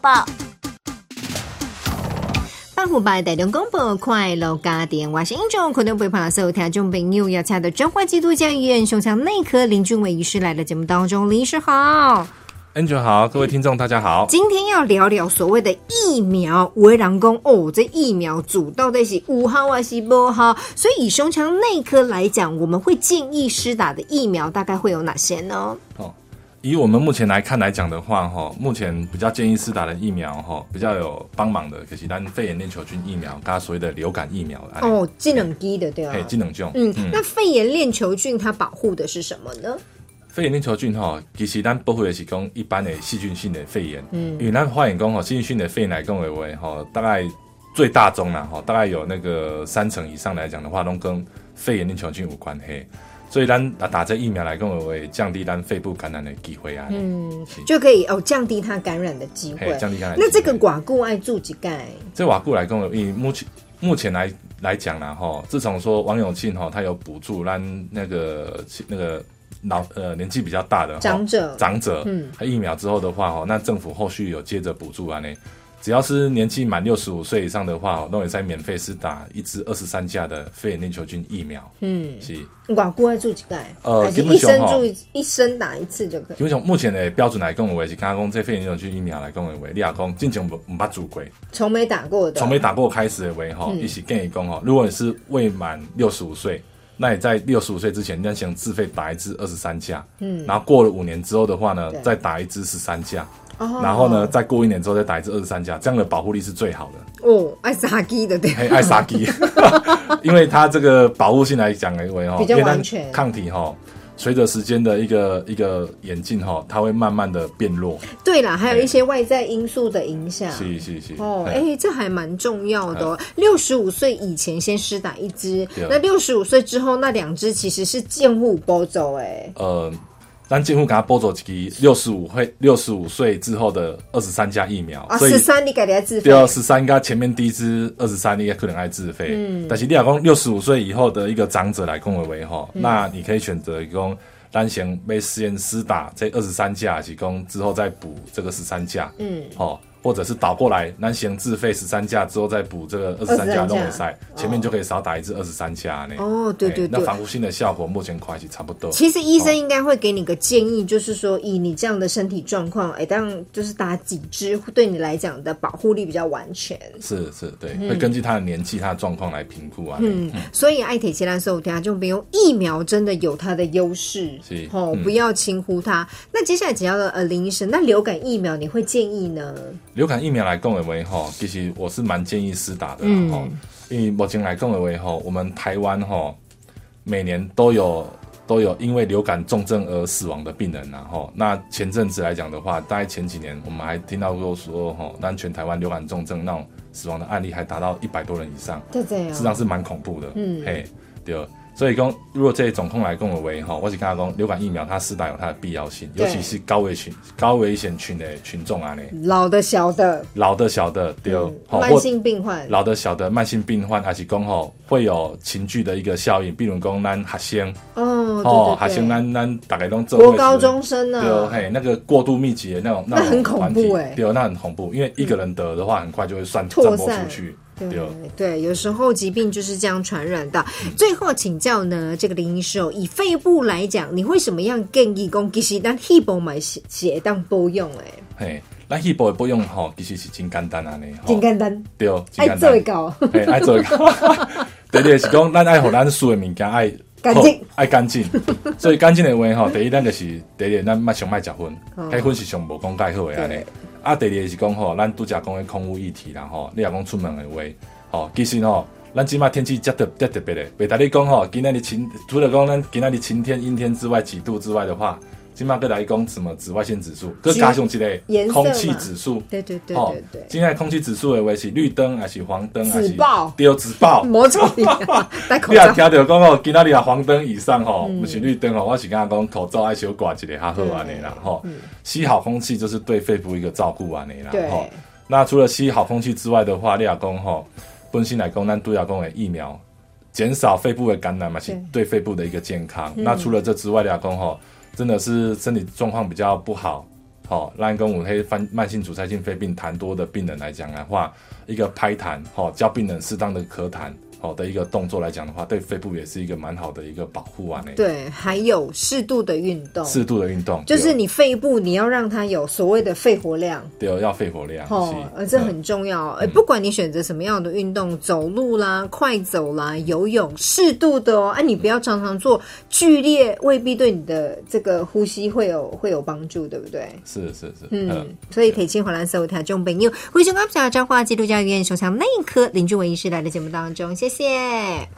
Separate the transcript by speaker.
Speaker 1: 报。
Speaker 2: 澎湖八带动广播快乐家庭，我是英雄，可能不会怕所有听众朋友要请到中华基督教医院胸腔内科林俊伟医师来到节目当中，林医师好。
Speaker 3: Angel 好，各位听众大家好。
Speaker 2: 今天要聊聊所谓的疫苗，为人工哦，这疫苗组到底是五号啊，是不号？所以以胸腔内科来讲，我们会建议施打的疫苗大概会有哪些呢？
Speaker 3: 哦，以我们目前来看来讲的话，哈、目前比较建议施打的疫苗，哈、比较有帮忙的，可是咱肺炎链球菌疫苗，刚所谓的流感疫苗，哎、
Speaker 2: 哦，技能低的对啊
Speaker 3: 嘿，。这两种。
Speaker 2: 嗯，那肺炎链球菌它保护的是什么呢？
Speaker 3: 肺炎链球菌吼，其实咱保护的是讲一般的细菌性的肺炎，嗯，因为咱发现讲吼，细菌性的肺炎来讲的话，吼，大概最大宗啦，吼，大概有那个三成以上来讲的话，都跟肺炎链球菌有关系，所以咱打打这疫苗来讲的话，降低咱肺部感染的机会啊，嗯，
Speaker 2: 就可以哦降低它感染的机会
Speaker 3: 嘿。降低感染
Speaker 2: 那这个
Speaker 3: 机会
Speaker 2: 寡固爱住几盖？
Speaker 3: 这瓦固来讲，以目前目前来来讲啦，哈，自从说王永庆哈，他有补助让那个那个老呃年纪比较大的吼
Speaker 2: 长者
Speaker 3: 长者，嗯，疫苗之后的话，哈，那政府后续有接着补助啊呢。只要是年纪满六十五岁以上的话，那也在免费施打一支二十三价的肺炎链球菌疫苗。
Speaker 2: 嗯，
Speaker 3: 是，
Speaker 2: 寡固爱住几盖？
Speaker 3: 呃
Speaker 2: 还是
Speaker 3: 基本
Speaker 2: 一生
Speaker 3: 上哦
Speaker 2: 住一一生打一次就可以？
Speaker 3: 因为从目前的标准来讲的话，是刚刚讲这肺炎链球菌疫苗来讲的话，你也讲进前不不捌做过，
Speaker 2: 从没打过的，
Speaker 3: 从没打过开始的为
Speaker 2: 嗯
Speaker 3: 吼，一起建议讲吼，如果你是未满六十五岁，那你在六十五岁之前，你要先自费打一支二十三价，嗯，然后过了五年之后的话呢
Speaker 2: 对，
Speaker 3: 再打一支十三价，
Speaker 2: 哦
Speaker 3: 然后呢，再过一年之后再打一支二十三价，这样的保护力是最好 的。
Speaker 2: 哦，爱撒鸡的对，
Speaker 3: 嘿，爱杀鸡， 因为它这个保护性来讲的为吼，
Speaker 2: 比较
Speaker 3: 因为它
Speaker 2: 完全
Speaker 3: 抗体吼。随着时间的一个一个演进吼，它会慢慢的变弱，
Speaker 2: 对啦，还有一些外在因素的影响。
Speaker 3: 是是是。
Speaker 2: 哦，哎、
Speaker 3: 嘿
Speaker 2: 这还蛮重要的、哦。六十五岁以前先施打一支
Speaker 3: 对，
Speaker 2: 那六十五岁之后那两支其实是健护包走哎。
Speaker 3: 呃，咱政府给他拨走一支六十五岁六十五岁之后的二十三价疫苗，
Speaker 2: 啊，
Speaker 3: 所以
Speaker 2: 十三你改的自费
Speaker 3: 第，二十三加前面第一支二十三，你也可能爱自费。嗯，但是你若讲六十五岁以后的一个长者来共为为
Speaker 2: 嗯
Speaker 3: 吼，那你可以选择供单先被实验施打这二十三价，提供之后再补这个十三价。嗯，好。或者是倒过来，咱先自费十三价之后再补这个二十三价
Speaker 2: 23
Speaker 3: 弄
Speaker 2: 价
Speaker 3: 尾赛，前面就可以少打一支二十三价呢。
Speaker 2: 哦对
Speaker 3: 嘿
Speaker 2: 对
Speaker 3: 那
Speaker 2: 对
Speaker 3: 防护性的效果目前快是差不多。
Speaker 2: 其实医
Speaker 3: 哦
Speaker 2: 生应该会给你个建议，就是说以你这样的身体状况，哎，当然就是打几支对你来讲的保护力比较完全。
Speaker 3: 是是，对，会根据他的年纪、他的状况来评估啊。嗯，
Speaker 2: 所以爱铁奇兰所有听众朋友，疫苗真的有它的优势
Speaker 3: 是，
Speaker 2: 哦，
Speaker 3: 嗯
Speaker 2: 不要轻忽它。那接下来只要呃林医生，那流感疫苗你会建议呢？
Speaker 3: 流感疫苗来讲的话，吼，其实我是蛮建议施打的啦吼、因为目前来讲的话，吼，我们台湾吼每年都有都有因为流感重症而死亡的病人然后那前阵子来讲的话，大概前几年我们还听到过说，吼，咱全台湾流感重症那种死亡的案例还达到一百多人以上。
Speaker 2: 就这
Speaker 3: 事实上
Speaker 2: 样，
Speaker 3: 是蛮恐怖的。嗯，嘿，对。所以讲，如果这总控来跟我为哈，我是跟他讲，流感疫苗它施打有它的必要性，
Speaker 2: 对
Speaker 3: 尤其是高危群、高危险群的群众啊呢，
Speaker 2: 老的小的，
Speaker 3: 老的、小的，对，吼
Speaker 2: 嗯慢
Speaker 3: 或
Speaker 2: 性病患，
Speaker 3: 老的、小的慢性病患，还是讲吼会有情绪的一个效应，比如讲咱学生
Speaker 2: 哦，
Speaker 3: 学
Speaker 2: 对对
Speaker 3: 生
Speaker 2: 对，
Speaker 3: 咱咱大概拢做伙
Speaker 2: 国
Speaker 3: 时
Speaker 2: 高中生啊呢、
Speaker 3: 对，嘿，那个过度密集的那种，
Speaker 2: 那
Speaker 3: 种
Speaker 2: 很恐
Speaker 3: 团体
Speaker 2: 怖欸嗯
Speaker 3: 对，那很恐怖，因为一个人得的话，很快就会散
Speaker 2: 扩
Speaker 3: 散播
Speaker 2: 散
Speaker 3: 出去，
Speaker 2: 对对，有时候疾病就是这样传染的。
Speaker 3: 嗯
Speaker 2: 最后请教呢，这个林医师哦，以肺部来讲，你会什么样建议讲，其实咱 h e b 买血血当保养诶，
Speaker 3: 嘿，咱肺部的保养吼，其实是真简单安尼，吼
Speaker 2: 真简单，
Speaker 3: 对，真
Speaker 2: 爱
Speaker 3: 简
Speaker 2: 做会
Speaker 3: 单，
Speaker 2: 到。
Speaker 3: 嘿，爱做到。 第二是讲，咱爱互咱输的物件爱
Speaker 2: 干净
Speaker 3: 好，爱干净。所以干净的话吼，第一咱就是第一，咱莫上莫食薰，迄薰是上无讲介好的安尼
Speaker 2: 哦对。
Speaker 3: 啊，第二是讲吼，咱拄则讲的空污议题啦吼，你若讲出门的话，吼，其实吼。咱即摆天气遮特遮特别的，袂甲你讲吼，今仔日晴，除了讲咱今仔日晴天、阴天之外，几度之外的话，即摆再来讲什么紫外线指数，佮加上一
Speaker 2: 颜
Speaker 3: 个
Speaker 2: 色
Speaker 3: 空气
Speaker 2: 嘛
Speaker 3: 指数，
Speaker 2: 对对对
Speaker 3: 哦
Speaker 2: 对对，
Speaker 3: 现在空气指数的话是绿灯还是黄灯？还是
Speaker 2: 紫嗯爆
Speaker 3: 对，紫爆。
Speaker 2: 没错，戴口
Speaker 3: 你也听
Speaker 2: 罩。
Speaker 3: 到讲哦，今仔日啊黄灯以上吼，
Speaker 2: 嗯
Speaker 3: 不是绿灯哦，我是跟他讲口罩爱小挂一个较好安尼啦吼。吸好空气就是对肺部一个照顾安尼啦
Speaker 2: 嗯对
Speaker 3: 吼。那除了吸好空气之外的话，你也讲吼，本身来讲咱对亚啊讲的疫苗，减少肺部的感染嘛，是对肺
Speaker 2: 嗯
Speaker 3: 部的一个健康。那除了这之外，你也讲吼，真的是身体状况比较不好。好、哦，让跟我们黑慢慢性阻塞性肺病痰多的病人来讲的话，一个拍痰，好、哦，教病人适当的咳痰，好、哦、的一个动作来讲的话，对肺部也是一个蛮好的一个保护啊。呢，
Speaker 2: 对，还有适度的运动，
Speaker 3: 适度的运动，
Speaker 2: 就是你肺部你要让它有所谓的肺活量。
Speaker 3: 对哦，要肺活量，
Speaker 2: 哦
Speaker 3: 是，
Speaker 2: 呃，这
Speaker 3: 嗯
Speaker 2: 很重要。呃、不管你选择什么样的运动，走路啦、快走啦、游泳，适度的哦。啊，你不要常常做剧烈，未必对你的这个呼吸会有会有帮助，对不对？
Speaker 3: 是是是，
Speaker 2: 嗯，所以提醒回来所有听众朋友，灰熊刚讲彰化基督教医院胸腔内科林俊文医师来的节目当中，谢谢。